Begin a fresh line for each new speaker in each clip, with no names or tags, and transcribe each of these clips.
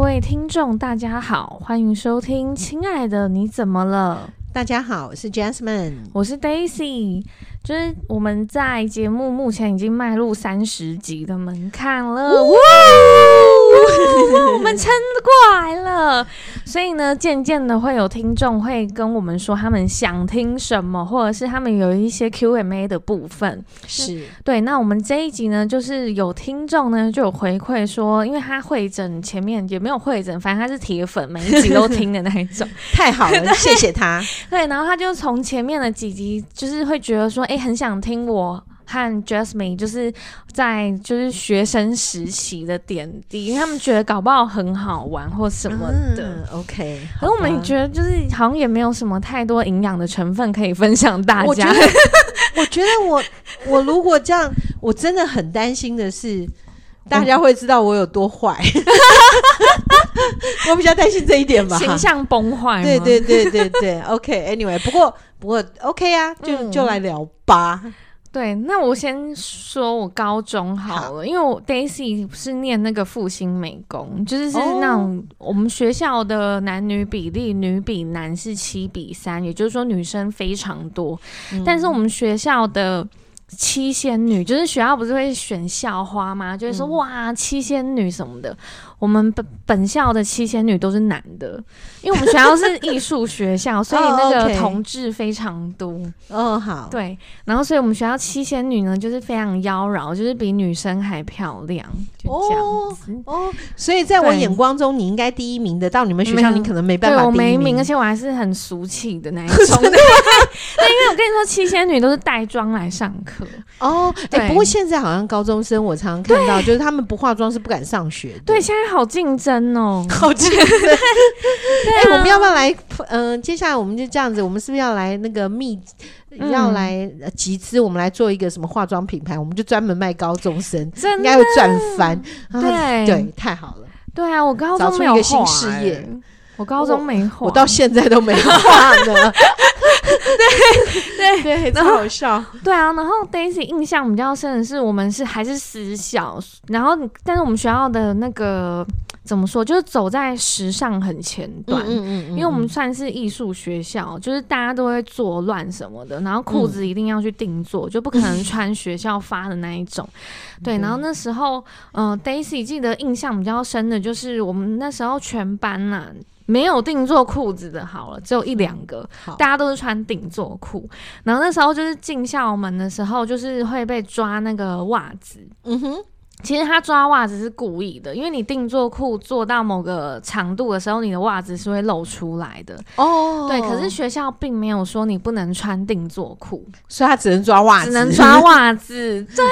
位听众，大家好，欢迎收听《亲爱的你怎么了》，
大家好，我是 Jasmine。
我是 Daisy。就是我们在节目目前已经迈入三十集的门槛
呃
了，哇！我们撑过来了，所以呢，渐渐的会有听众会跟我们说他们想听什么，或者是他们有一些 Q&A 的部分。
是
对，那我们这一集呢，就是有听众呢就有回馈说，因为他会诊前面也没有会诊，反正他是铁粉，每一集都听的那一 种。
太好了，谢谢 他。
对，然后他就从前面的几集，就是会觉得说，哎、很想听我。和 Jasmine 就是在就是学生实习的点滴，因为他们觉得搞不好很好玩或什么的。
嗯、？OK，
可是我们也觉得就是好像也没有什么太多营养的成分可以分享大
我觉
家
得。我觉得我我如果这样，我真的很担心的是，大家会知道我有多坏。 我比较担心这一点吧。
形象崩坏吗，
对对对对对，OK，Anyway，、不过不过 OK 啊，就、
嗯
就来聊吧。
对，那我先说我高中好了，因为我 Daisy 是念那个复兴美工，就是是
哦
那种我们学校的男女比例，女比男是七比三，也就是说女生非常多，
嗯
但是我们学校的。七仙女就是学校不是会选校花吗？就会
嗯
说、哇七仙女什么的。我们本本校的七仙女都是男的，因为我们学校是艺术学校，所以那
哦
个
，OK
同志非常多。
哦，好，
对，然后所以我们学校七仙女呢，就是非常妖娆，就是比女生还漂亮，就这样
哦
子。
哦，所以在我
对
眼光中，你应该第一名的。到你们学校，
没有
你可能没办
对
法
我
第一
没名，而 且我还是很俗气的那一种。对，因为我跟你说，七仙女都是带妆来上课。
哦，哎、
对
不过现在好像高中生，我常常看到，就是他们不化妆是不敢上学的。
对，，现在好竞争 哦。
好奇怪。哎、
对啊
我们要不要来？嗯、接下来我们就这样子，我们是不是要来那个密，
嗯
要来呃集资，我们来做一个什么化妆品牌？我们就专门卖高中生，
真的
应该会赚翻。啊
对
对，太好了，
对啊，我高
找
中
出
没
一
有
个新
画
事
欸
业。
我高中没画，
我到现在都没有画 呢。对对对，超好笑。
对啊，然后 Daisy 印象比较深的是，我们是还是私校，然后但是我们学校的那个怎么说，就是走在时尚很前
嗯
端，
嗯嗯，
因为我们算是艺术学校，就是大家都会作乱什么的，然后
嗯
裤子一定要去定做，就不可能穿学校发的那一种。对，然后那时候，嗯、d a i s y 记得印象比较深的就是我们那时候全班呐、没有定做裤子的，好了，只有一两个，
嗯好
大家都是穿定做裤。然后那时候就是进校门的时候，就是会被抓那个袜子，
嗯哼，
其实他抓袜子是故意的，因为你定做裤做到某个长度的时候，你的袜子是会露出来的。
哦，
对，可是学校并没有说你不能穿定做裤，
所以他只能抓袜子，
只能抓袜子。对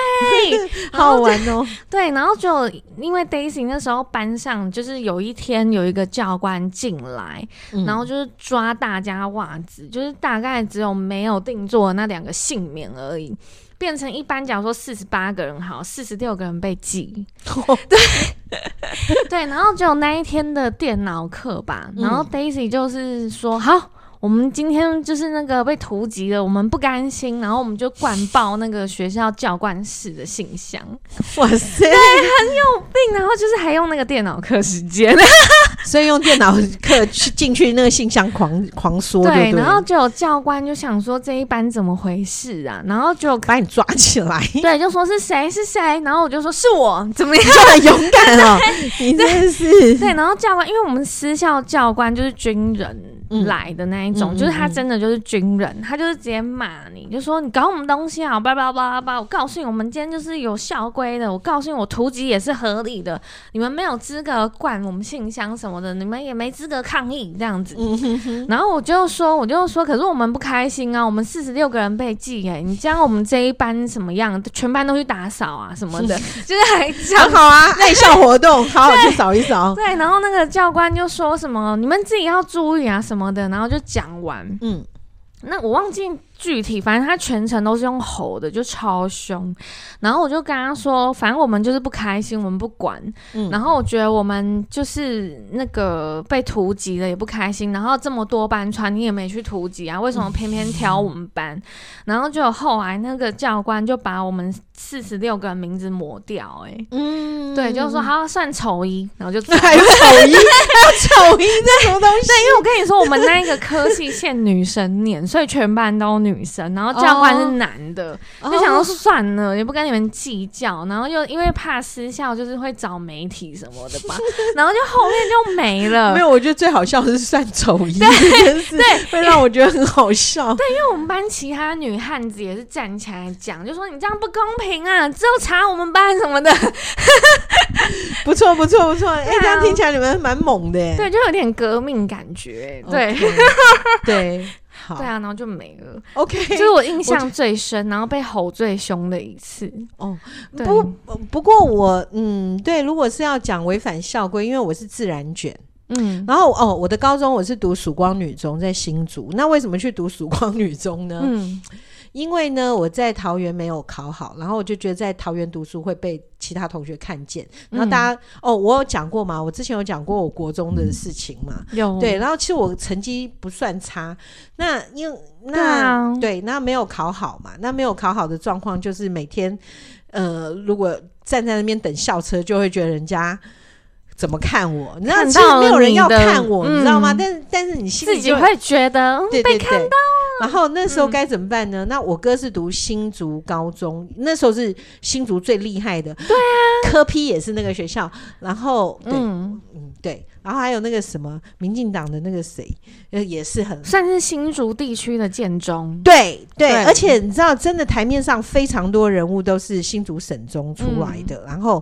好玩哦。
对，然后就因为 Daisy 那时候班上就是有一天有一个教官进来，
嗯
然后就是抓大家袜子，就是大概只有没有定做的那两个幸免而已。变成一般，假如说四十八个人好，四十六个人被记， 对，然后只有那一天的电脑课吧，
嗯
然后 Daisy 就是说、好。我们今天就是那个被突击了，我们不甘心，然后我们就灌爆那个学校教官室的信箱，
哇塞！
并然后就是还用那个电脑课时间，
所以用电脑课去进去那个信箱狂狂缩就
哦对，
了
然后就有教官就想说这一班怎么回事啊，然后就
把你抓起来，
对就说是谁是谁，然后我就说是我怎么样。
你就很勇 敢哦，你真的是
对，然后教官，因为我们私校教官就是军人
嗯
来的那一种，
嗯嗯
就是他
嗯
真的就是军人，他就是直接骂你，就说你搞我们东西啊，叭叭叭叭叭，我告诉你，我们今天就是有校规的，我告诉你，我突击也是合理的，你们没有资格灌我们信箱什么的，你们也没资格抗议这样子。
嗯哼哼，
然后我就说，我就说，可是我们不开心啊，我们四十六个人被记哎、你这样我们这一班怎么样？全班都去打扫啊什么 的，就是还讲
很好啊，爱校活动，好好去扫一扫。
对，然后那个教官就说什么“你们自己要注意啊”什么的，然后就讲完。
嗯，
那我忘记具体，反正他全程都是用吼的，就超凶。然后我就跟他说，反正我们就是不开心，我们不管。
嗯
然后我觉得我们就是那个被突击了也不开心，然后这么多班传你也没去突击啊，为什么偏偏挑我们班？然后就后来那个教官就把我们四十六个人名字抹掉、欸，
嗯
对，就是说他要算丑一，然后就 走。
还有丑衣，丑衣这什么东 西？
对，因为我跟你说，我们那一个科系限女生念，所以全班都女生，然后教官是男的，就想说
哦
算了，也不跟你们计较，然后又因为怕私校，就是会找媒体什么的 吧，然后就后面就没了。
哦没有，我觉得最好笑的是算丑衣这件事，
对
会让我觉得很好笑。
因为我们班其他女汉子也是站起来讲，就说你这样不公平啊，只有查我们班什么的，
不错，不错，不错。哎、
对啊
这样听起来你们蛮猛的耶。
对，就有点革命感觉，对
OK，对，好
对啊，然后就没了，
，OK。
这是我印象最深，然后被吼最凶的一次。
哦，
对
不不过我嗯，对，如果是要讲违反校规，因为我是自然卷，
嗯
然后哦，我的高中我是读曙光女中，在新竹。那为什么去读曙光女中呢？
嗯
因为呢，我在桃园没有考好，然后我就觉得在桃园读书会被其他同学看见，然后大家、
嗯
哦，我有讲过嘛，我之前有讲过我国中的事情嘛，
有
对，然后其实我成绩不算差，那因为那
对啊
对那没有考好嘛，那没有考好的状况就是每天，呃，如果站在那边等校车，就会觉得人家怎么看我，你知道，
看
其实
到
没有人
你
要
的
看我，你知道吗？
嗯
但是但是你心
自
里
己
就
会觉得嗯
对
被
对
看嗯
对。然后那时候该怎么办呢？那我哥是读新竹高中，那时候是新竹最厉害的，对啊，科批也是那个学校。然后，对，
嗯，
嗯，对，然后还有那个什么，民进党的那个谁，呃，也是很
算是新竹地区的建中。
对对，
对
而且你知道，真的台面上非常多人物都是新竹省中出来的，然后。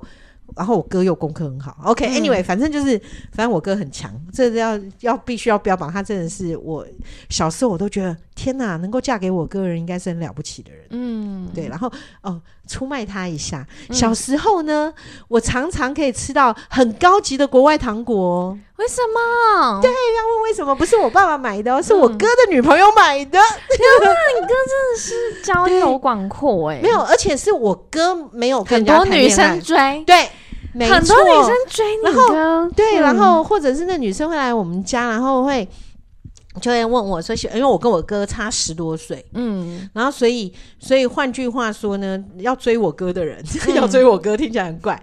然后我哥又功课很好
嗯
，OK，Anyway，、反正就是，反正我哥很强，这是要要必须要标榜他真的是我小时候我都觉得天哪，能够嫁给我哥的人应该是很了不起的人，
嗯，
对。然后哦，出卖他一下，
嗯
小时候呢，我常常可以吃到很高级的国外糖果、哦，
为什么？对，
为什么不是我爸爸
嗯
买的哦、是我哥的女朋友买的。
交友广阔哎，
没有，而且是我哥没有
很
跟人家
多
谈
女
恋爱
生追，
对，没
很多
错
女生追你的，
对，
嗯
然后或者是那女生会来我们家，然后会就会问我说喜，因为我跟我哥差十多岁。
嗯，
然后，所以，所以换句话说呢，要追我哥的人，
嗯
要追我哥听起来很怪，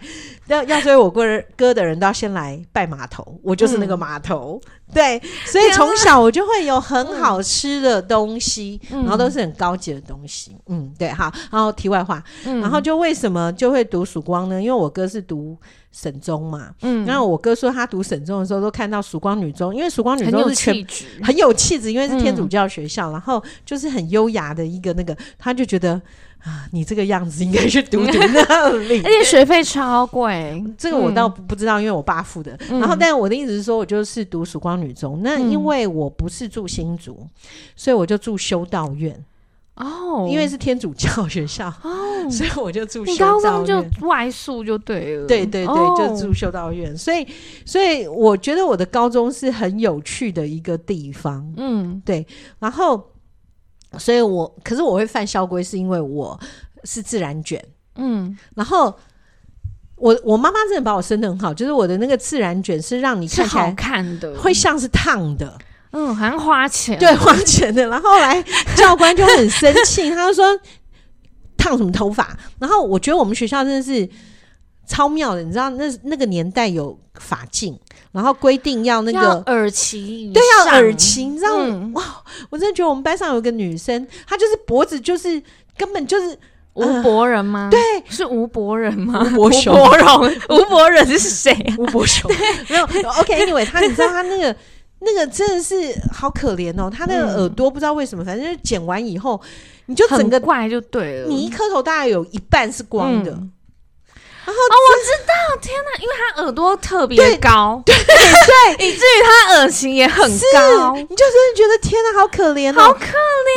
要要追我哥哥的人都要先来拜码头，我就是那个
嗯
码头。对，所以
天
从小我就会有很好吃的东西，
嗯
然后都是很高级的东西。嗯，对，好。然后题外话，
嗯
然后就为什么就会读曙光呢？因为我哥是读省中嘛，
嗯
那我哥说他读省中的时候都看到曙光女中，因为曙光女
很
中
有
是全
气质，
很有气质，因为是天
嗯
主教学校，然后就是很优雅的一个那个，他就觉得啊，你这个样子应该去读读那里
而。且学费超贵，
这个我
嗯
倒不不知道，因为我爸付的。
嗯
然后，但我的意思是说，我就是读曙光女中。那
嗯
因为我不是住新竹，所以我就住修道院，
哦，
因为是天主教学校，
哦，
所以我就住
你
修道
高
院。
中就外宿就对了，
对对对，
哦
就住修道院，所以所以我觉得我的高中是很有趣的一个地方。
嗯
然后，所以我可是我会犯校规，是因为我是自然卷。
嗯，
然后我我妈妈真的把我生的很好，就是我的那个自然卷是让你
是
看起
好
来
看的，
会像是烫的，
嗯，好像花钱，
对，花钱的。然后后 来教官就很生气，他就说烫什么头发？然后我觉得我们学校真的是超妙的，你知道那那个年代有法镜，然后规定要那
要
个。
耳其以
对，要
上
耳其，你知道，
嗯
我真的觉得我们班上有个女生，她就是脖子就是根本就是
吴伯仁吗？
对
是吴伯仁吗？
吴伯雄
吴伯 荣，吴伯仁是谁啊？
吴伯雄，没有 OK，Anyway，、她你知道她那个那个真的是好可怜哦，她那个
嗯
耳朵不知道为什么，反正就是剪完以后，你就整个
很怪就对了。
你一颗头大概有一半是光的，
嗯
然后
哦，我知道，天哪，因为他耳朵特别高，对对，以至于他耳型也很高，
你就真的觉得天哪，好可怜
哦好
哦。
可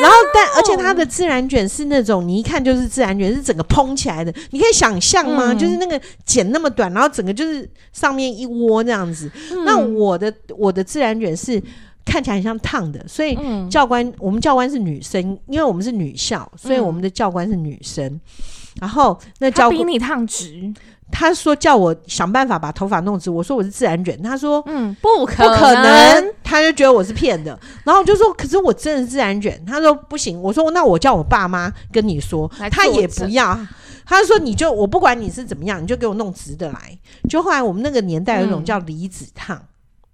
然后但而且它的自然卷是那种你一看就是自然卷，是整个蓬起来的，你可以想象吗？
嗯
就是那个剪那么短，然后整个就是上面一窝这样子。
嗯
那我的我的自然卷是看起来很像烫的，所以
嗯，
教官，我们教官是女生，因为我们是女校，所以
嗯
我们的教官是女生。然后那
他
教
逼
官
你烫直，
他说叫我想办法把头发弄直，我说我是自然卷，他说
嗯，不
不
可
可能，他就觉得我是骗的。然后我就说，可是我真的是自然卷，他说不行，我说那我叫我爸妈跟你说
来，
他
作
也
证
不要。他说：“你就我不管你是怎么样，你就给我弄直的来。”就后来我们那个年代有一种
嗯
叫离子烫，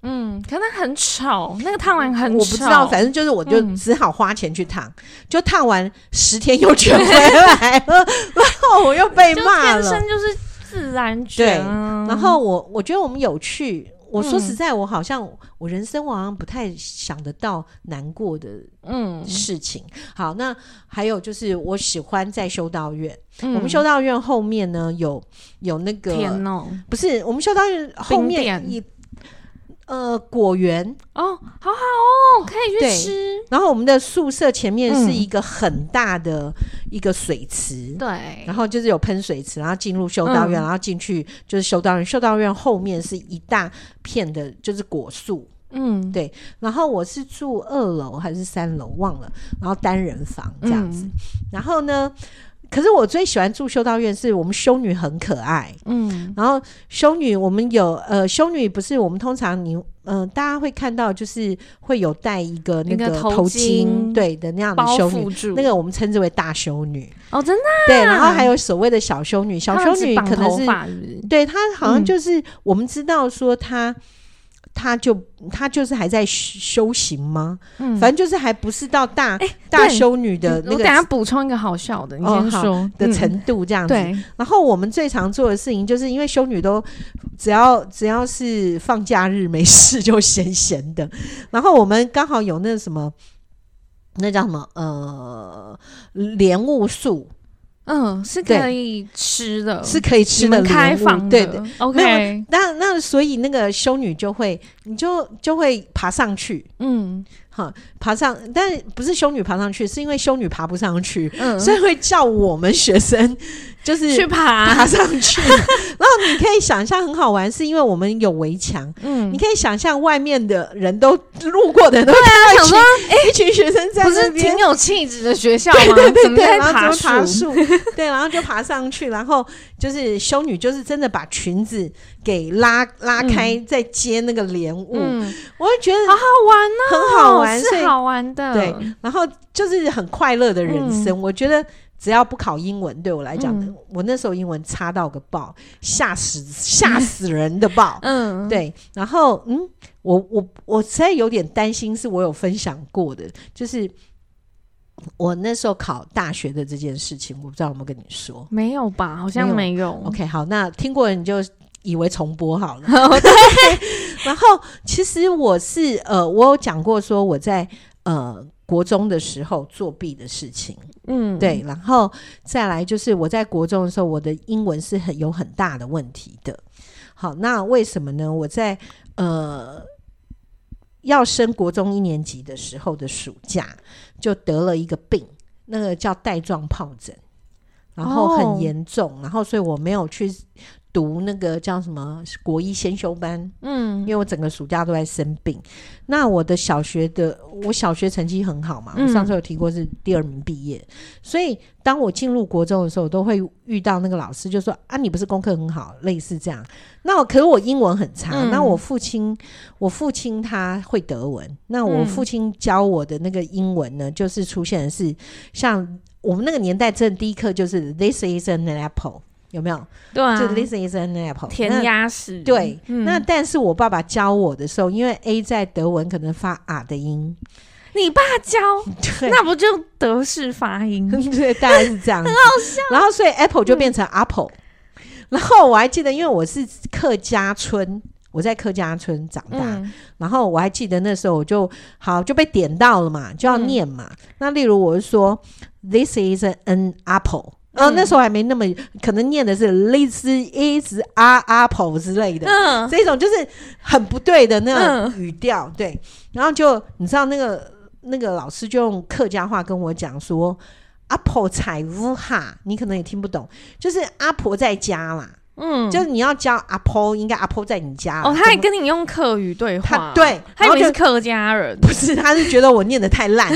嗯，可能很吵，那个烫完很吵，
我不知道，反正就是我就
嗯
只好花钱去烫，就烫完十天又卷回来了，然后我又被
就
骂
天
了。
生就是自然卷啊、
然后我我觉得我们有趣。我说
嗯
实在，我好像我人生我好像不太想得到难过的
嗯，
事情。好，那还有就是我喜欢在修道院。
嗯
我们修道院后面呢有有那个
天哦，
不是我们修道院后
冰
面
店
一呃果园，
哦，好好哦，可以去
对
吃，
然后我们的宿舍前面
嗯
是一个很大的一个水池，
对
然，后就是有喷水池，然后进入修道院，
嗯
然后进去就是修道院。修道院后面是一大片的，就是果树。
嗯，
对然后我是住二楼还是三楼忘了，然后单人房这样
嗯
子。然后呢，可是我最喜欢住修道院，是我们修女很可爱。
嗯，
然后修女，我们有呃，修女不是我们通常你嗯、呃，大家会看到就是会有戴一个那
一个
个
头
头
巾
对的那样
嗯
的
包
修女，
覆住
那个我们称之为大修女，
哦，真的，
对，然后还有所谓的小修女，小
他们
修
只
女
绑
可能
头
是
发是不是
对她好像
嗯
就是、我们知道说她。她就她就是还在修修行吗？
嗯
反正就是还不是到大、
哎
大
对
修女的那
我等下
个
补充一个好笑的，你
哦
先
好
说
的
嗯
程度这样子。
对，
然后我们最常做的事情，就是因为修女都只要只要是放假日没事就闲闲的，然后我们刚好有那什么，那叫什么呃莲雾素
嗯，是
对
可以吃的，
是可以吃
嗯你
的
们
莲雾，
开放的，
对对。
，OK，
那那所以那个修女就会，你就就会爬上去，
嗯
哈，爬上，但不是修女爬上去，是因为修女爬不上去，
嗯，
所以会叫我们学生就是
去 爬，
爬上去。然后你可以想象很好玩，是因为我们有围墙。
嗯
你，可以想象外面的人都路 过的人都
他啊想说
一群学生在
哎不是
那
挺
边，
有气质的学校吗？怎么
对，
在
然后怎么爬
树？
树？ 对，然后就爬上去，然后就是修女就是真的把裙子给拉拉开，再接那个莲雾，
嗯，
我就觉得
好好玩呢，
很好玩，所以
是好玩的，
对，然后就是很快乐的人生。我觉得只要不考英文，对我来讲，
嗯
我那时候英文差到个爆，吓死吓死人的爆。
嗯，
对，然后嗯，我我我实在有点担心，是我有分享过的，就是我那时候考大学的这件事情，我不知道有没有跟你说。
没有吧？好像
没
没有。
OK，好，那听过的你就以为重播好了。
哦对，
然后其实我是呃，我有讲过说我在呃国中的时候作弊的事情，
嗯，
对，，然后再来就是我在国中的时候，我的英文是很有很大的问题的。好，那为什么呢？我在呃要升国中一年级的时候的暑假，就得了一个病，那个叫带状疱疹，然后
哦
很严重，然后所以我没有去读那个叫什么国医先修班，因
嗯，
为我整个暑假都在生病。那我的小学的，我小学成绩很好嘛，
嗯
我上次有提过是第二名毕业，所以当我进入国中的时候，我都会遇到那个老师就说啊，你不是功课很好，类似这样。那我可是我英文很差，
嗯
那我父亲，我父亲他会德文，那我
嗯
父亲教我的那个英文呢，就是出现的是像我们那个年代，真的第一课就是 This is an apple，有没有？
对啊，
就 This is an apple，那
填鸭式，
对，
嗯
那但是我爸爸教我的时候，因为 A 在德文可能发啊的音，
你爸教，
对，
那不就德式发音？
对，大概是这样，很好笑。嗯然后所以 Apple 就变成 Apple，、然后我还记得，因为我是客家村，我在客家村长大，
嗯
然后我还记得那时候我就好就被点到了嘛，就要
嗯
念嘛。那例如我就说 This is an apple。然后那时候还没那么，可能念的是 “this is a apple” 之类的，
嗯，
这种就是很不对的那
嗯
种语调，对。然后就你知道那个那个老师就用客家话跟我讲说：“阿婆采乌哈”，你可能也听不懂，就是阿婆在家啦，
嗯，
就是你要教阿婆，应该阿婆在你家
哦，他还
怎么
跟你用客语对
他
话，，
对，
他以
然后
为
就是
客家人，
不是，他是觉得我念的太 烂，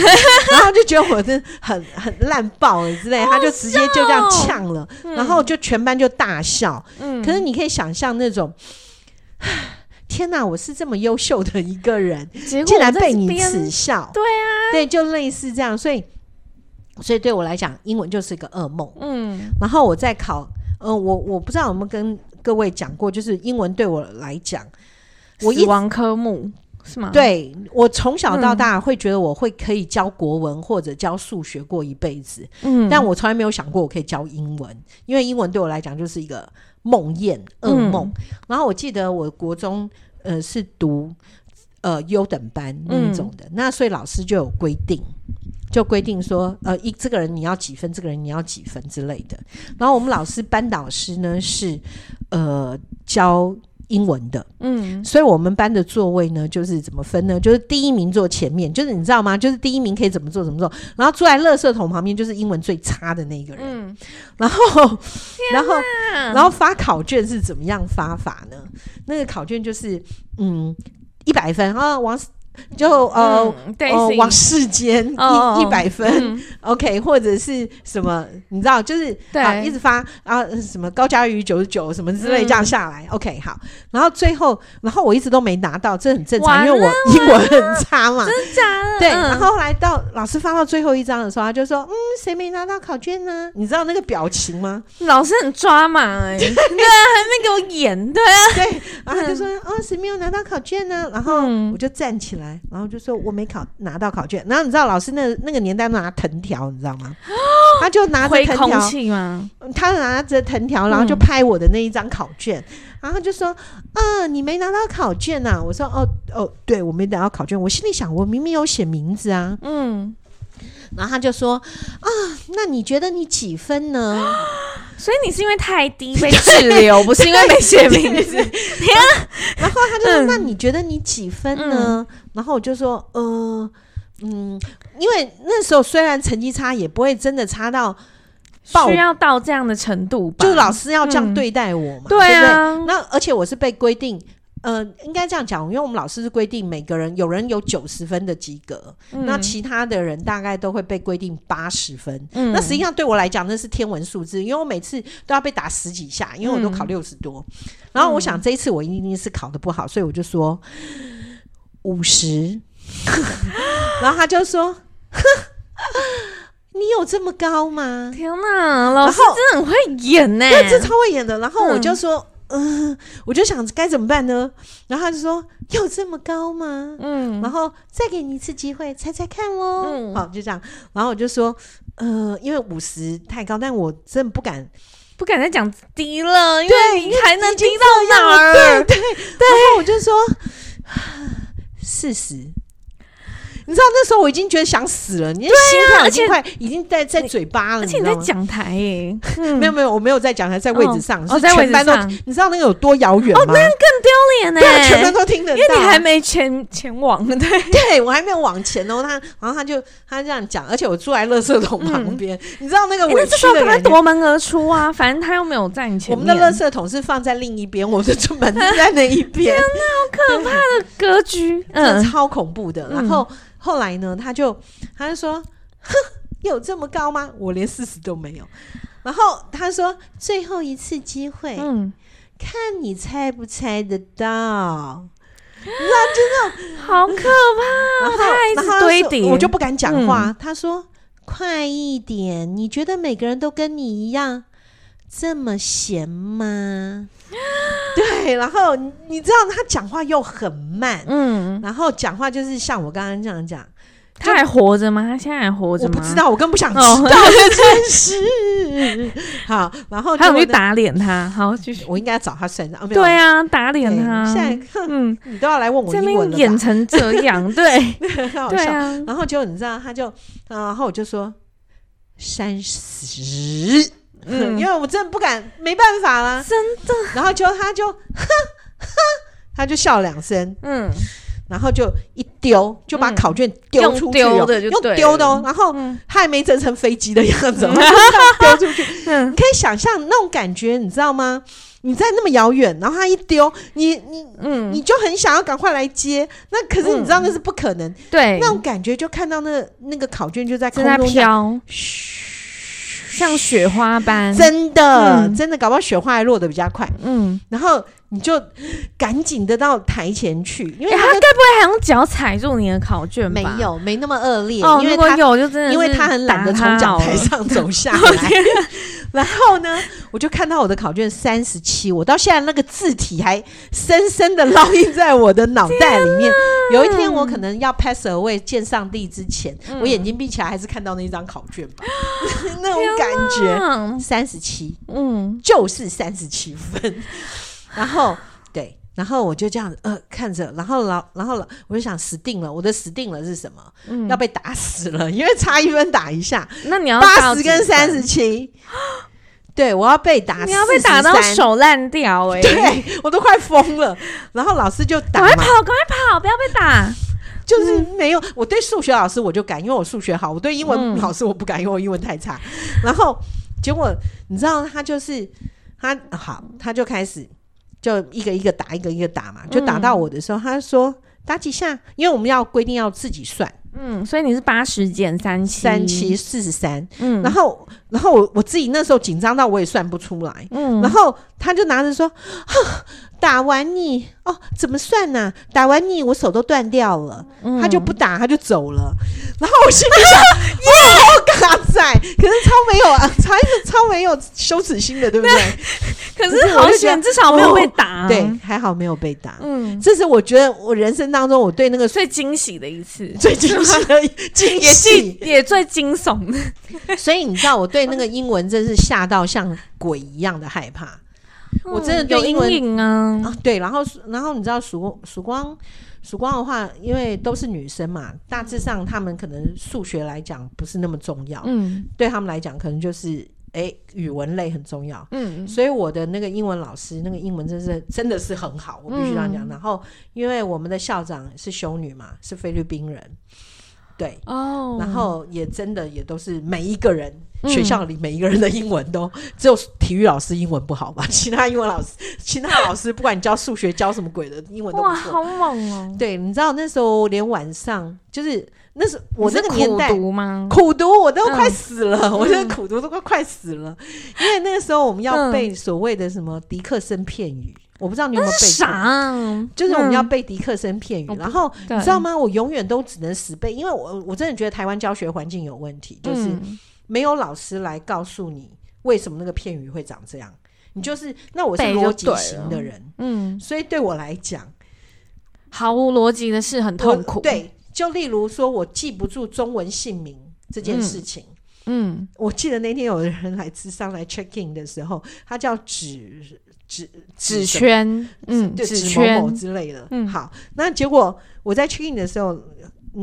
然后就觉得我是很很烂爆了之类，他就直接就这样呛了，
嗯
然后就全班就大笑。
嗯
可是你可以想象那种。 天哪！我是这么优秀的一个人，
结果
竟
我
然
在
被
这
你
边
耻笑。对啊，对，就类似这样，所以，所以对我来讲，英文就是一个噩梦。
嗯
然后我在考，呃，我我不知道有没有跟各位讲过，就是英文对我来讲，我一
死亡科目是吗？，
对我从小
嗯
到大会觉得我会可以教国文或者教数学过一辈子，
嗯，
但我从来没有想过我可以教英文，因为英文对我来讲就是一个梦魇、噩梦。然后我记得我国中呃是读呃优等班那一种的，那所以老师就有规定。就规定说，呃，一这个人你要几分，这个人你要几分之类的。然后我们老师班导师呢是，呃，教英文的，
嗯
所以我们班的座位呢，就是怎么分呢？就是第一名坐前面，就是你知道吗？就是第一名可以怎么做怎么做，然后坐在垃圾桶旁边就是英文最差的那一个人。
嗯，
然后，然后，
然
然后发考卷是怎么样发法呢？那个考卷就是，嗯，一百分啊，往就呃。
哦，对，
哦，
是
往世间
哦
一一百分、
嗯
o k 或者是什么，你知道，就是
对
好一直发啊，什么高佳瑜九十九什么之类，
嗯
这样下来、o k 好。然后最后，然后我一直都没拿到，这很正常，
完
因为我英文很差嘛。
真假的？
对，
嗯
然后后来到老师发到最后一张的时候，他就说：“嗯，谁没拿到考卷呢？”你知道那个表情吗？
老师很抓马 哎，对啊，还没给我演，对啊，
对，然后他就说：“哦，谁没有拿到考卷呢？”然后
嗯
我就站起来，然后就说：“我没考拿到考卷。”然后你知道老师那那个年代拿藤条，你知道 吗？他就拿着
回
藤
空
条，
气吗？
嗯他拿着藤条，然后就
嗯
拍我的那一张考卷，然后就说：“啊，你没拿到考卷呐、我说：“哦哦，对我没拿到考卷。”我心里想，我明明有写名字啊。
嗯，
然后他就说：“啊，那你觉得你几分呢？”
所以你是因为太低 被滞留，不是 因为没写名字。
然后他就说：“
嗯
那你觉得你几分呢？”然后我就说：“呃，嗯，因为那时候虽然成绩差，也不会真的差到爆
需，要到这样的程度吧？
就是老师要这样
嗯
对待我嘛，
对
不
啊
对？，那而且我是被规定。”呃，应该这样讲，因为我们老师是规定每个人有人有九十分的及格，
嗯
那其他的人大概都会被规定八十分。
嗯
那实际上对我来讲，那是天文数字，因为我每次都要被打十几下，因为我都考六十多。然后我
嗯
想这一次我一定是考的不好，所以我就说五十。 然后他就说：“ 哼你有这么高吗
天哪，老师
然后
真的很会演呢、？”
对，这超会演的。然后我
嗯
就说：“嗯、我就想该怎么办呢？”然后他就说：“有这么高吗？”
嗯
然后再给你一次机会，猜猜看哦。
嗯
好，就这样。然后我就说，呃，因为五十太高，但我真的不敢。
不敢再讲低了，因
对
为你还能低到哪儿？嗯
对对对。然后我就说 四十。你知道那时候我已经觉得想死了，你的心跳已经快已经在在嘴巴了，
而
你
且
知
啊你在
道吗？
讲台耶、嗯
没有没有，我没有在讲台，在位置上，
哦
是
哦在位
全
置
班都
上，
你知道那个有多遥
嗯哦
远吗？
脸呢、
对啊，全班都听得到，
因为你还没前前往， 对，
对我还没有往前哦，他然后他就他这样讲，而且我住在垃圾桶旁边，你知道那个
欸那
委
这
屈
时候
的
赶快
感觉。
夺门而出啊！反正他又没有在你前
我
面，
们的垃圾桶是放在另一边，我的出门是在那一边，
可怕的格局，
真的
嗯，
超恐怖的。然后后来呢，他就他就说：“哼，有这么高吗？我连四十都没有。”然后他说：“最后一次机会，
嗯，
看你猜不猜得到。”
好可怕！
然后
他一
嗯然
直
后他
堆
说
叠嗯
我就不敢讲话。他说：“快一点，你觉得每个人都跟你一样这么闲吗？” 对，然后你你知道他讲话又很慢，
嗯，
然后讲话就是像我刚刚这样讲，
他还活着吗？他现在还活着
我
吗？
不知，道，我更不想知道
哦
这件事。好，然后
还有
结
去
果呢，
打脸他，好继续。
我应该找他算账。哦没有
对啊，打脸
对
他。
现在哼
嗯，
你都要来问我
在
英
那
文
边
了
演
吧？
成这 样，对
很好
对
笑。
啊，
然后结果你知道，他就，呃然后我就说三十，
嗯
因为我真的不敢，没办法啦。
真的，
然后结果他就，哼 哼，他就笑两声，
嗯
然后就一丢，就把
嗯
考卷丢出去哦、
用丢的就
用
对
丢的、哦
了，
然后
嗯
他还没折 成飞机的样子哦，然后就这样丢出去。
嗯
你可以想象那种感觉，你知道吗？你在那么遥远，然后他一丢，你你
嗯，
你就很想要赶快来接，那可是你知道那是不可能，
对
那，种感觉就看到那那个考卷就在空
哎正在
中这样，
飘，像雪花般，
真的、
嗯
真的，搞不好雪花还落得比较快，
嗯，
然后你就赶紧的到台前去，因为
欸
它
他该不会还用脚踩住你的考卷吧？
没有没那么恶劣，
哦，
因为
如果
他
有就真的是
因为他很懒得从
打他哦
讲
好
台
了
上走下来， 然后呢，我就看到我的考卷三十七，我到现在那个字体还深深的烙印在我的脑袋里面。有一天我可能要 pass away 见上帝之前，
嗯
我眼睛闭起来还是看到那一张考卷 吧， 那种感觉。
嗯
三十七
嗯，
就是三十七分， 然后对，然后我就这样呃看着，然后老然后老我就想死定了，我的死定了是什么？
嗯
要被打死了，因为差一分打一下，
那你要
八
到
十
几
跟
分
三十，七，对我要被打，
你要被打到，手烂 掉哎、欸！
对我都快疯了。然后老师就打
赶快
嘛
跑，，赶快跑，不要被打。
就是没有。我对数学老师我就敢，因为我数学好；我对英文
嗯
老师我不敢，因为我英文太差。然后结果你知道，他就是他好，他就开始就一个一个打，一个一个打嘛，就打到
嗯
我的时候，他说打几下，因为我们要规定要自己算，
嗯，所以你是八十减三七，
三七，四十三。
嗯，
然后，然后我我自己那时候紧张到我也算不出来。
嗯，
然后他就拿着说：“ 哼，打完你哦，怎么算呢、打完你，我手都断掉了。
嗯
他就不打，他就走了。然后我心里想：“耶，好嘎仔！”可是超没有啊，超超没有羞耻心的，对不 对？
可
可
是
是我
好
就觉
险，
得哦
至少没有被打。啊
对，，还好没有被打。
嗯，
这是我觉得我人生当中我对那个
最惊喜的一次，
最惊喜的惊
也是
喜。
也最惊悚的。
所以你知道，我对那个英文真是吓到像鬼一样的害怕。 我真的
嗯
对
有
英文
阴影啊。
啊，对，然后然后你知道曙曙光曙光的话，因为都是女生嘛，大致上她们可能数学来讲不是那么重要，
嗯
对她们来讲可能就是诶语文类很重要。
嗯，
所以我的那个英文老师，那个英文真是真的是很好，我必须这
嗯
样讲。然后因为我们的校长是修女嘛，是菲律宾人，对，
哦，
然后也真的也都是每一个人、学校里每一个人的英文都只有体育老师英文不好吧， 其他英文老师其他老师不管你教数学教什么鬼的英文都
哇，
不错。
好猛哦！
对，你知道那时候连晚上就是那时候我
你
那
是
个年代
苦读吗？
苦读我都快
嗯
死了，我真的苦读都快快死了，因为那个时候我们要
嗯
背所谓的什么迪克森片语，我不知道你有没有背过
啥啊？
就是我们要
嗯
背迪克森片语，
我不
然后
对
你知道吗？我永远都只能死背，因为我我真的觉得台湾教学环境有问题，就是
嗯
没有老师来告诉你为什么那个片语会长这样。你就是那我是
背就
逻辑
对
型
了
的人，
嗯，
所以对我来讲
毫无逻辑的事很
我
痛苦。，
对，就例如说我记不住中文姓名这件事情。
嗯，
我记得那天有人来智商来 check in 的时候，他叫指指
纸
什么
圈，嗯，
对，
纸
指某某
圈，
之类的。
嗯
好，那结果我在 check in 的时候，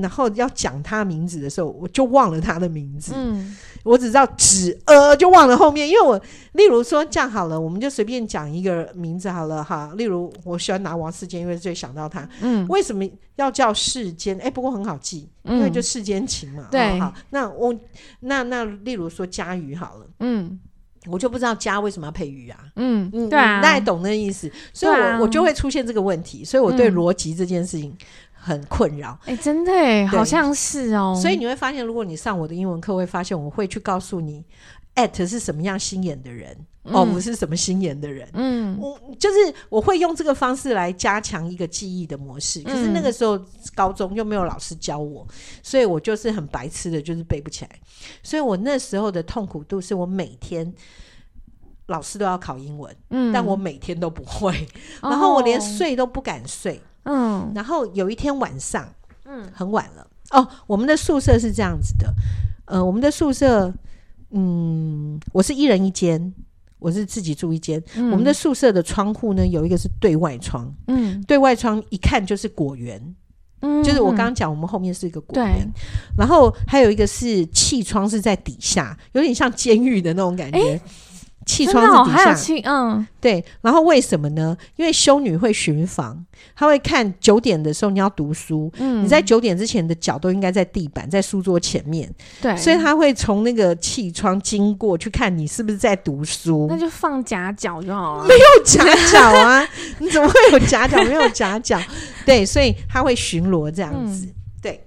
然后要讲他名字的时候，我就忘了他的名字，
嗯
我只知道指呃，就忘了后面，因为我例如说这样好了，我们就随便讲一个名字好了哈。例如我喜欢拿王世坚，因为最想到他。
嗯
为什么要叫世间？哎，不过很好记，因为
嗯，
就世间情嘛。
对
哦好，那我那那例如说佳瑜好了，
嗯
我就不知道佳为什么要配瑜啊。
嗯
嗯，
对啊，
大概懂那意思，所以我、
对啊
我就会出现这个问题，所以我对
嗯
逻辑这件事情很困扰。
哎，真的哎，
对
好像是哦。
所以你会发现，如果你上我的英文课，会发现我会去告诉你 at 是什么样心眼的人，哦，
嗯
我是什么心眼的人。
嗯
我就是我会用这个方式来加强一个记忆的模式，可是那
嗯
个时候高中又没有老师教我，所以我就是很白痴的，就是背不起来。所以我那时候的痛苦度是我每天老师都要考英文，
嗯，
但我每天都不会。
哦
然后我连睡都不敢睡。
嗯
然后有一天晚上，
嗯
很晚了哦，我们的宿舍是这样子的，呃，我们的宿舍，嗯，我是一人一间，我是自己住一间。
嗯
我们的宿舍的窗户呢，有一个是对外窗，
嗯
对外窗一看就是果园，
嗯，
就是我刚
嗯
刚讲，我们后面是一个果
对
园，，然后还有一个是气窗是在底下，有点像监狱的那种感觉。气
真
窗
的哦
子底
还
下
有，气，嗯，
对，然后为什么呢？因为修女会巡房，她会看九点的时候你要读书，
嗯
你在九点之前的脚都应该在地板，在书桌前面，
对，
所以她会从那个气窗经过去看你是不是在读书
那。就放夹脚就好了。
有夹角 啊？你怎么会有夹角？没有夹角，对，所以他会巡逻这样子，
嗯
对。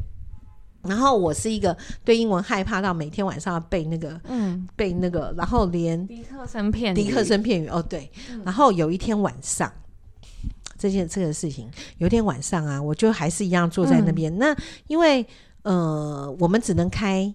然后我是一个对英文害怕到每天晚上要背那个
嗯，
背那个，然后连
迪克森片，
迪克，森片语哦对，然后有一天晚上。这件这个事情，有一天晚上啊，我就还是一样坐在那边。那因为呃，我们只能开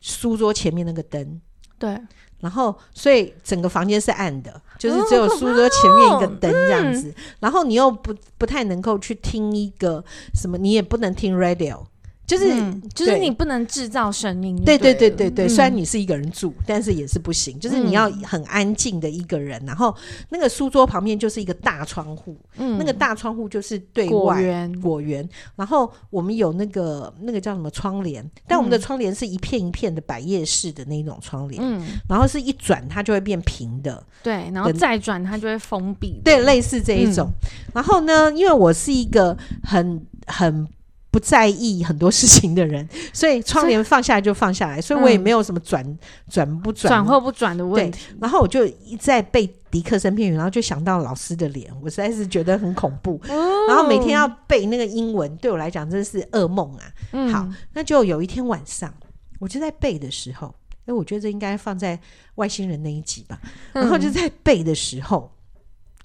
书桌前面那个灯，
对，
然后，所以整个房间是暗的，就是只有书桌前面一个灯这样子。然后你又不不太能够去听一个什么，你也不能听 radio，就是、
嗯就是
对
你不能制造声音就
对对
对
对
了
对对。
嗯
虽然你是一个人住，但是也是不行，就是你要很安静的一个人。然后那个书桌旁边就是一个大窗户，
嗯
那个大窗户就是对
果
外。
园，
果园，然后我们有那个那个叫什么窗帘，但我们的
嗯
窗帘是一片一片的百叶式的那种窗帘，
嗯，
然后是一转它就会变平的，
对，然后
等
再转它就会封闭的，
对，类似这一种。然后呢，因为我是一个很很不在意很多事情的人， 所以窗帘放下来就放下来，所以我也没有什么转、转不转
转。或不转的问题，
然后我就一再被迪克森片语，然后就想到老师的脸，我实在是觉得很恐怖。
哦
然后每天要背那个英文，对我来讲真的是噩梦啊。
嗯
好，那就有一天晚上，我就在背的时候，哎，我觉得这应该放在外星人那一集吧。然后就
嗯
在背的时候，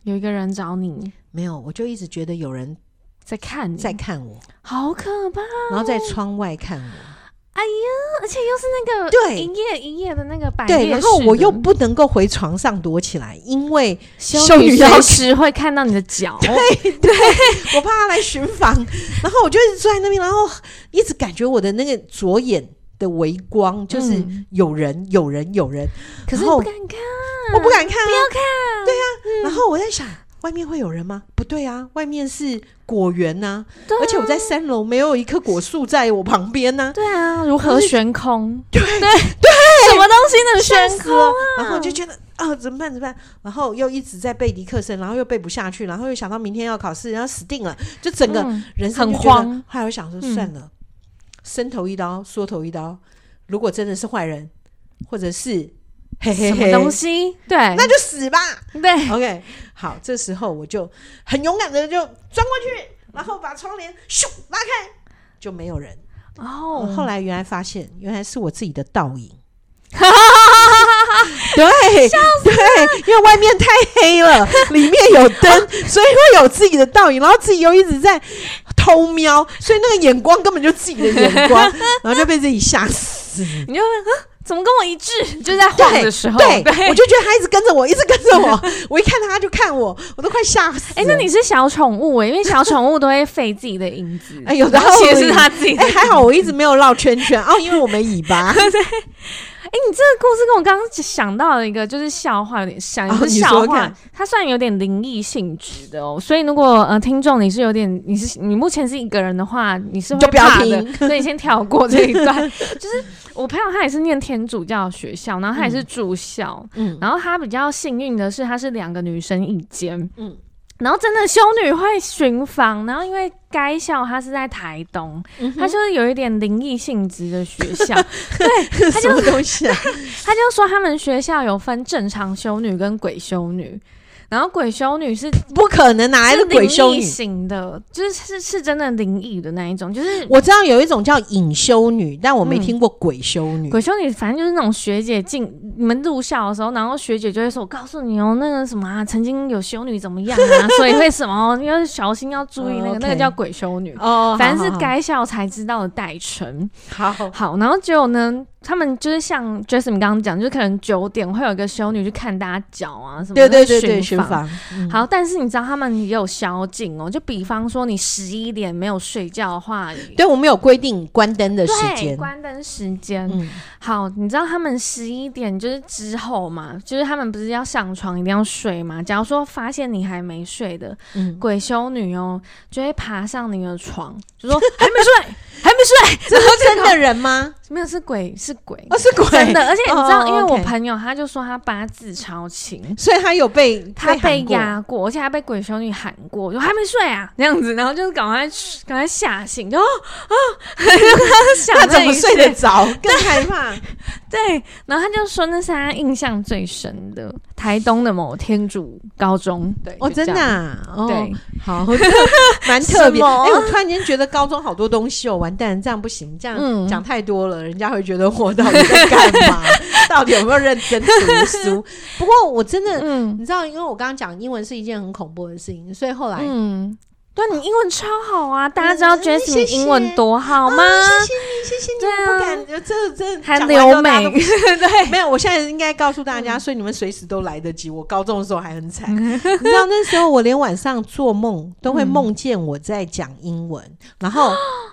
有一个人找你
没有，我就一直觉得有人
在看你，
在看我，
好可怕，哎
然后在窗外看
哦
我，
而且又是那个
对
一页一页的那个百
对，
页
然后
式
我
的
又不能够回床上躲起来，因为
修
修
女
女要
随时会看到你的脚，
我怕他来巡房， 然后我就一直坐在那边，然后一直感觉我的那个左眼的微光就是
嗯
有人，有人，有人，
可是
然后
不敢看，
我不敢看啊，
不看，对
然后我在想。外面会有人吗？不对啊，外面是果园呐、
对啊
而且我在三楼，没有一棵果树在我旁边呐、
对啊，如何悬空？
对
对对，什么东西能
吓
悬
死
空？
了。然后我就觉得啊，怎么办？怎么办？然后又一直在背迪克森，然后又背不下去，然后又想到明天要考试，然后死定了，就整个
嗯
人生
很
就觉得
慌。
后来我想说，
嗯
算了，伸头一刀，缩头一刀。如果真的是坏人，或者是嘿嘿
什
嘿
么东，西？对，
那就死吧。
对，
OK，好，这时候我就很勇敢的就钻过去，然后把窗帘咻拉开，就没有人。
哦
我，后来原来发现，原来是我自己的倒影。 对，对，因为外面太 黑了，里面有
哦
灯，所以会有自己的倒影，然后自己又一直在偷瞄，所以那个眼光根本就自己的 眼光，然后就被自己吓死。
你就会啊，怎么跟我一致？就在晃
对
的时候，
对，我就觉得他一直跟着我，一直跟着我，我一看他他就看我，我都快吓死了。
哎，那你是小宠物哎，因为小宠物都会吠自己的影子，
哎有
然后
道
其实是
理
它自己的
哎、。还好我一直没有绕圈圈哦，因为我没尾 巴。
哎，你这个故事跟我刚刚想到的一个就是笑话有点像，也
哦
不是
你
笑
说
话
看，
它算有点灵异性质的哦。所以如果呃听众你是有点你是你目前是一个人的话，你是
你
会
就不要
怕的，
听
所以先跳过这 一段。就是我朋友他也是念天主教学校，然后他也是住校，
嗯
然后她比较幸运的是，她是两个女生一间，嗯
嗯，
然后真的修女会巡房，然后因为该校她是在台东，
嗯
她 就是有一点灵异性质的学校，
什么东西啊？
她就说他们学校有分正常修女跟鬼修女。然后鬼修女是
不可能，哪来的
是灵
鬼修
异
女？
型的，就是是是真的灵异的那一种，就是
我知道有一种叫隐修女，但我没
嗯
听过鬼修女。
鬼修女，反正就是那种学姐进你们入校的时候，然后学姐就会说：“我告诉你哦，那个什么啊，曾经有修女怎么样啊，所以会什么，你要小心，要注意那个，
哦，OK
那个叫鬼修女。
哦
反正是该校才知道的代称。
好好
好，然后结果呢，他们就是像 Jason 刚刚讲，就是可能九点会有一个修女去看大家脚啊什么，
对对对对，
巡
巡
访。
房。嗯，
好，但是你知道他们也有宵禁哦，就比方说你十一点没有睡觉的话，
对我们有规定关灯的时
对，
间。
关灯时间。
嗯，
好，你知道他们十一点就是之后嘛，就是他们不是要上床一定要睡嘛？假如说发现你还没睡的
嗯
鬼修女哦，就会爬上你的床，就说还没睡，还没睡，
这 是真的人吗？
没有是 鬼是鬼，
哦，是鬼，
真的。而且你知道，
哦
因为我
OK
朋友他就说他八字超轻，
所以他有 被
他被
被喊
压过，而且他被鬼修女喊过，就还没睡啊这样子，然后就是赶快去赶快吓醒，就哦 啊，
过，
他
那
想这
怎么
一
睡
切
得着？更害怕。
对，然后他就说那是他印象最深的台东的某天主高中，对，
哦，
就
真
这
的
样，
啊，哦，
对，
好，我觉得蛮特
什
别。
么
哎、我突然间觉得高中好多东西哦，完蛋，这样不行，这样
嗯
讲太多了，人家会觉得我到底在干嘛？ 到底有没有认真读书？ 不过我真的，
嗯
你知道，因为我刚刚讲英文是一件很恐怖的事情，所以后来，
嗯，对你英文超好啊，大家知道
嗯
Jessie
谢
你
谢
英文多好吗？
啊谢谢你，谢谢你，
对啊
我不敢，呃这这
还
讲完之后
留
大家
美
都 不， 没有，我现在应该告诉
嗯
大家，所以你们随时都来得及。我高中的时候还很惨， 你知道那时候我连晚上做梦都会梦见我在讲英文， 然后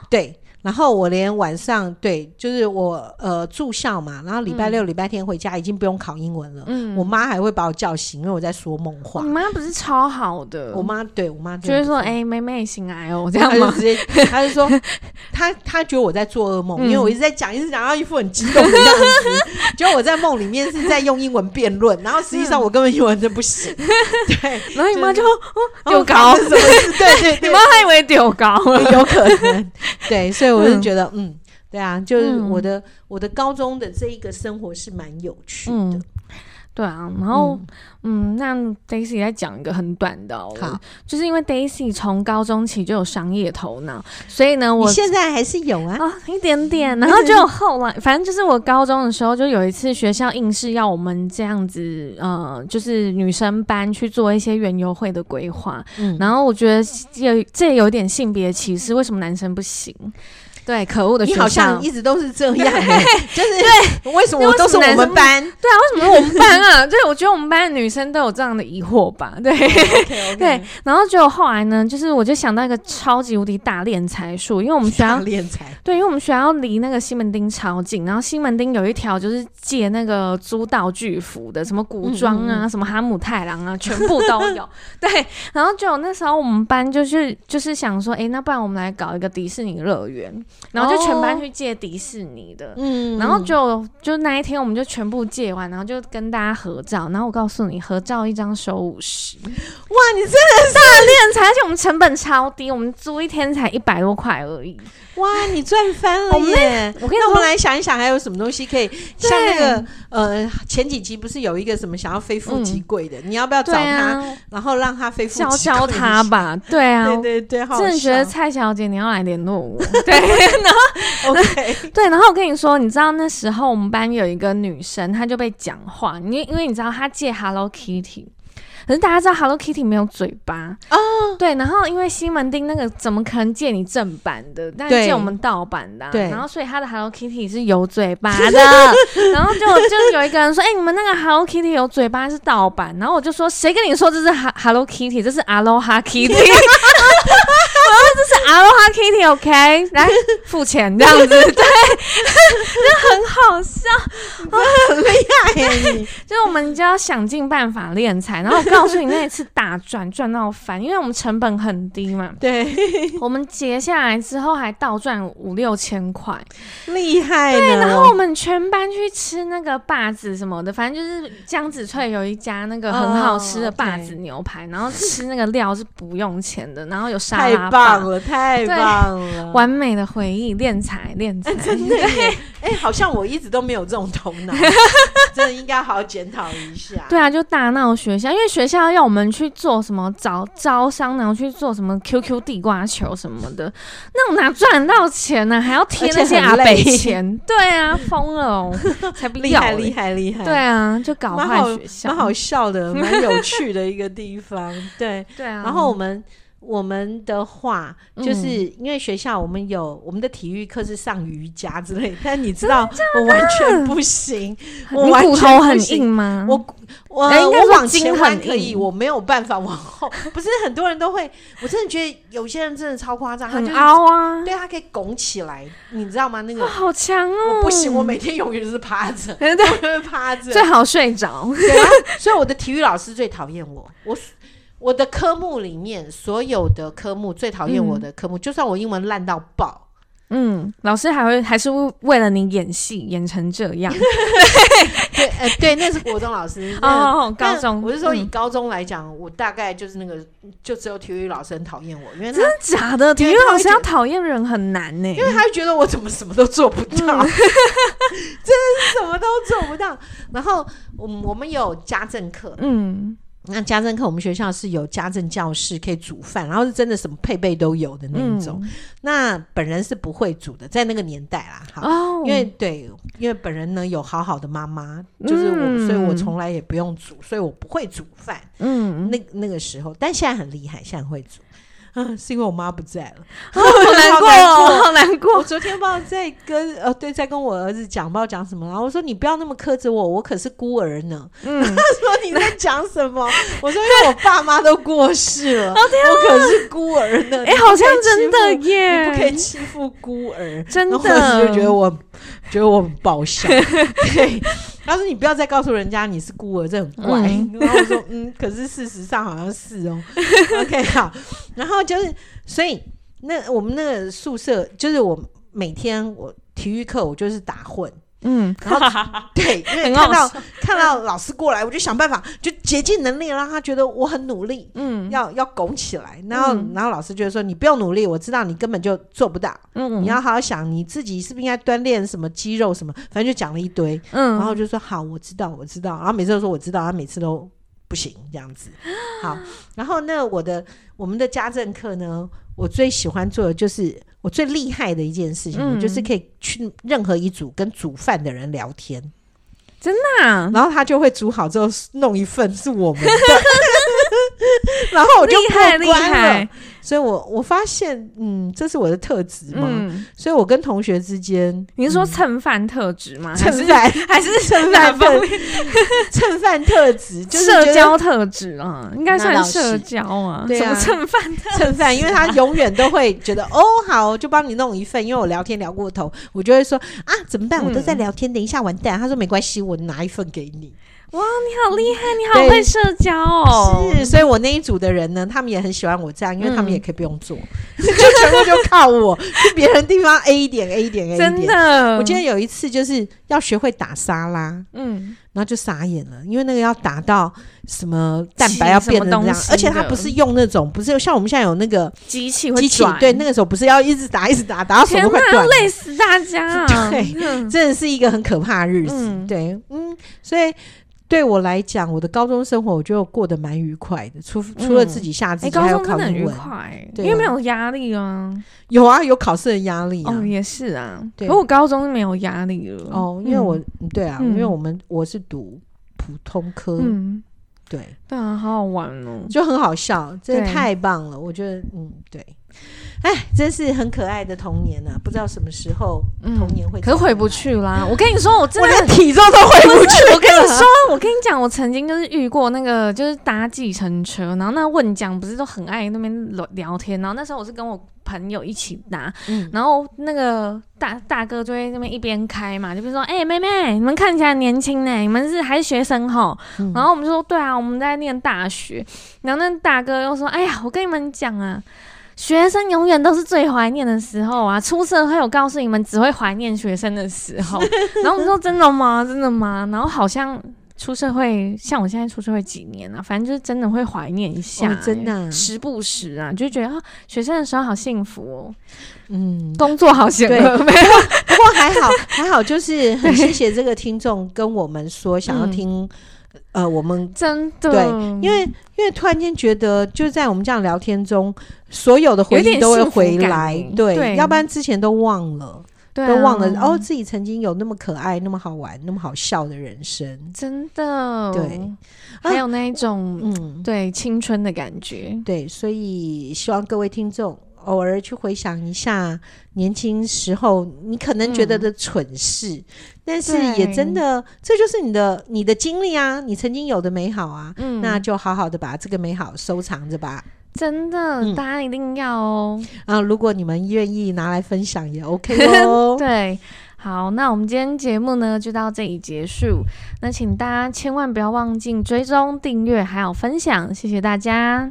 对。然后我连晚上对，就是我呃住校嘛，然后礼拜六、礼拜天回家已经不用考英文了。
嗯
我妈还会把我叫醒，因为我在说梦话
你。妈不是超好的，
我妈对我妈
就
真
是
的不
说，
错
哎、妹妹醒来哦，这
然后
样
他就
吗？
直接，他就说，他他觉得我在做噩梦，
嗯
因为我一直在讲，一直讲，然后一副很激动的样 子。结果我在梦里面是在用英文辩论，然后实际上我根本英文真 不行。对，
然后你妈就
然后
丢高
发，生什么事？对 对
你
对
妈，还以为丢高了，
有可能。对，所以我就觉得，嗯，对啊，就是我
嗯
的我的高中的这一个生活是蛮有趣的
嗯。对啊，然后嗯那 Daisy 再讲一个很短的、哦，
好，
就是因为 Daisy 从高中起就有商业头脑，所以呢，
你
我
现在还是有啊
啊、？一点点，然后就有后来，反正就是我高中的时候，就有一次学校硬是要我们这样子，呃，就是女生班去做一些园游会的规划，
嗯，
然后我觉得这这有点性别歧视，为什么男生不行？对，可恶的学
你
校，
好像一直都是这 样欸，就是为什
那
么
为
都
什
是
么
我
男
们
生
班
对啊，为什么是我们班啊？ 对，我觉得我们班的女生都有这样的疑惑吧。 对，
？OK OK，
对，然后结果后来呢，就是我就想到一个超级无敌大敛财术，因为我们学校
大敛财。
对，因为我们学校离那个西门町超近，然后西门町有一条就是借那个租道具服的，什么
嗯
古装啊，什么哈姆太郎啊，全部都 有。对，然后就有那时候我们班就是就是想说，诶，那不然我们来搞一个迪士尼乐园，然后就全班
哦
去借迪士尼的。
嗯
然后就就那一天，我们就全部借完，然后就跟大家合照。然后我告诉你，合照一张收五十，
哇，你真
但才而且我们成本超低，我们租一天才一百多块而已。
的哇，你赚翻 了
我们
耶！
我跟你
那我们
说，
来想一想，还有什么东西可以像那个呃前几集不是有一个什么想要非富即贵的？你要不要找
嗯对
他，
啊，
然后让他非富即
教
贵？
教他。吧，对啊。
对对对，好好
真的觉得
笑
蔡小姐你要来联络 我，对
OK，
对，然后我跟你说，你知道那时候我们班有一个女生，她就被讲话，因为因为你知道她借 Hello Kitty，可是大家知道 Hello Kitty 没有嘴巴 哦，对，然后因为西门町那个怎么可能借你正版的，但是
对
借我们盗版的啊、
对
然后所以她的 Hello Kitty 是有嘴巴 的，然后就就有一个人说，哎、你们那个 Hello Kitty 有嘴巴是盗版，然后我就说，谁跟你说这是 Ha- Hello Kitty，这是 Aloha Kitty。是 Aloha Kitty，OK，、来付钱这样 子，对， 就很好笑。
哎你
就是我们就要想尽办法练财，然后我告诉你那一次大赚赚到翻，因为我们成本很低嘛，
对，
我们结下来之后还倒赚五六千 块，
厉害呢。
哎然后我们全班去吃那个霸子什么的，反正就是江子翠有一家那个很好吃的霸子牛排，然后吃那个料是不用钱的，然后有沙
太
拉
棒
棒，
了，太棒了！
完美的回忆，练财练财，
真的耶，哎，好像我一直都没有这种头 脑，真的应该好好检讨一下。
对啊，就大闹学校，因为学校要我们去做什么招招商，然后去做什么 QQ 地瓜球什么的，那我哪赚得到钱呢、还要贴那些
而且
阿
很累
北钱，对啊，疯了哦，才不
厉
要
害
嘞
厉害厉害！
对啊，就搞
蛮
坏
好
学校，
蛮好笑的，蛮有趣的一个 地方。对，
对啊。
然后我们我们的话，就是
嗯
因为学校我们有我们的体育课是上瑜伽之类，但你知道我完全不行，我
你
完
骨
全
头
不
很
行
硬吗？
我我
哎应该
我
说
往
筋
前弯
很
可以，
硬
我没有办法往后。不是很多人都会，我真的觉得有些人真的超夸张，他
很
就是
凹啊，
对他可以拱起来，你知道吗？那个
哇， 好强哦！
我不行，我每天永远都是趴着，
对
我就是趴着，
最好睡着。
对啊，所以我的体育老师最讨厌我。我我的科目里面所有的科目最讨厌我的科目，就算我英文烂到爆，
嗯，老师还会还是会为了你演戏演成这 样
对，呃，对，那是国中老师那
哦。高
但
中
我是说以
嗯
高中来讲，我大概就是那个，就只有体育老师很讨厌我，因为他
真的假的？体
因为
育
他会
老师
觉
要
得
讨厌人很难呢、
因为他会觉得我怎么什么都做不到，
嗯
真的是什么都做不到。然后我们我们有家政课，
嗯，
那家政课我们学校是有家政教室可以煮饭，然后是真的什么配备都有的那
嗯
一种。那本人是不会煮的，在那个年代啦，哈。
哦，
因为对，因为本人呢有好好的妈妈，就是我，
嗯
所以我从来也不用煮，所以我不会煮饭。
嗯，
那那个时候，但现在很厉害，现在会煮。啊，是因为我妈不在了。
好难过哦，好难
我
过。
昨天不知道在跟呃对，在跟我儿子讲，不知道讲什么，然后我说你不要那么苛责我，我可是孤儿呢。
嗯，
他说你在讲什么？ 我说因为我爸妈都过世了，我可是孤儿呢。
哦啊哎、好像真的
你
耶，
不可以欺负，你不可以欺负孤儿。
真
然后我儿
的
子就觉得我觉得我很 爆笑，对。他说：“你不要再告诉人家你是孤儿，这很怪。
嗯
然后我说：“嗯，可是事实上好像 是哦。”OK，好。然后就是，所以那我们那个宿舍，就是我每天我体育课我就是打混，
嗯，
然后 对，因为
很
看
好嗯
到看到老师过来，我就想办法，就竭尽能力让他觉得我很努力，
嗯
要要拱起来。然后、
嗯
然后老师就会说：“你不用努力，我知道你根本就做不到。”
嗯，
你 要好好想你自己是不是应该锻炼什么肌肉什么，反正就讲了一堆，
嗯，
然后就说好，我知道，我知道，然后每次都说我知道，他每次都不行这样子。 好，然后那我的我们的家政课呢，我最喜欢做的就是我最厉害的一件事情，
嗯
我就是可以去任何一组跟煮饭的人聊天，
那
然后他就会煮好之后弄一份是我们的。 然后我就
厉害
破
厉
关
害嗯
了，，所以我我发现，嗯，这是我的特质吗？
嗯，
所以我跟同学之间，
你是说蹭饭特质吗？还是
嗯蹭饭
还是
蹭
哪
饭
方
特
面？
蹭饭特 质，就是
社
觉得
交特质啊，应该
那
算
倒是
社交啊，
对
什
啊
么蹭饭特
蹭饭，因为他永远都会觉得哦好，就帮你弄一份。因为我聊天聊过头，我就会说啊怎么办？
嗯
我都在聊天，等一下完蛋。他说没关系，我拿一份给你。
哇，你好厉害，你好
嗯对
会社交哦，
是，所以我那一组的人呢，他们也很喜欢我这样，因为他们
嗯
也可以不用做， 就全部就靠我去别人地方 A 一点 A 一点 A 一
真，
点。
的，
我记得有一次就是要学会打沙拉。
嗯，
然后就傻眼了，因为那个要打到什么蛋白要变成这
什么
样
东，西
而且它
的
不是用那种，不是像我们现在有那个
机器会
机器，
转
对，那个时候不是要一直打一直打，打到手
天
都快断
哪，
了，
累死大家，
对
嗯，
真的是一个很可怕的日子。
嗯
对，嗯，所以对我来讲，我的高中生活我就过得蛮愉快的，除除了自己吓自
哎，
己，
高
还有
中真
考
的很
英
愉
文，
快，因
对啊
为没有压力啊，
有啊，有考试的压力啊
哦，。也是啊，
对
可我高中是没有压力了，
哦，因为我
嗯
对啊，
嗯
因为我们我是读普通科，
嗯。
对，
对啊，好好玩哦！
就很好笑，真的
对
太棒了，我觉得，嗯，对，哎，真是很可爱的童年啊！不知道什么时候
嗯
童年会，
可是回不，去啦。我跟你说，我真
我
的
连体重都回不去。我跟
跟你说，我跟你讲，我曾经就是遇过那个，就是搭计程车，然后那问讲不是都很爱那边聊聊天，然后那时候我是跟我朋友一起搭，
嗯
然后那个大大哥就会那边一边开嘛，就比如说，哎、妹妹，你们看起来年轻呢，你们是还是学生吼？
嗯
然后我们就说，对啊，我们在念大学。然后那大哥又说，哎呀，我跟你们讲啊。学生永远都是最怀念的时候啊！出社会，我告诉你们，只会怀念学生的时候。 然后我们说真的吗？真的吗？然后好像出社会，像我现在出社会几年了、反正就是真的会怀念一下、
哦真的啊
欸时不时啊，就觉得啊，学生的时候好幸福哦，
嗯，
工作好险
对
恶，没有
不过还 好，还好，就是很谢谢这个听众跟我们说想要
嗯
听，呃，我们
真的，
对因为因为突然间觉得，就在我们这样聊天中，所有的回
有
忆
点
都会
幸福
回
感
来
欸，
对，
对
要不然之前都忘了，
对、啊
都忘了哦，，自己曾经有那么可爱、那么好玩、那么好笑的人生，
真的，
对，啊
还有那一种、
嗯。
对青春的感觉，
对，所以希望各位听众偶尔去回想一下年轻时候你可能觉得的蠢事，但是
嗯对
也真的，这就是你的你的经历啊，你曾经有的美好啊，
嗯，
那就好好的把这个美好收藏着吧。
真的、
嗯
大家一定要哦，
啊，如果你们愿意拿来分享也 OK 哦。
对。好，那我们今天节目呢就到这里结束。那请大家千万不要忘记追踪、订阅还有分享，谢谢大家，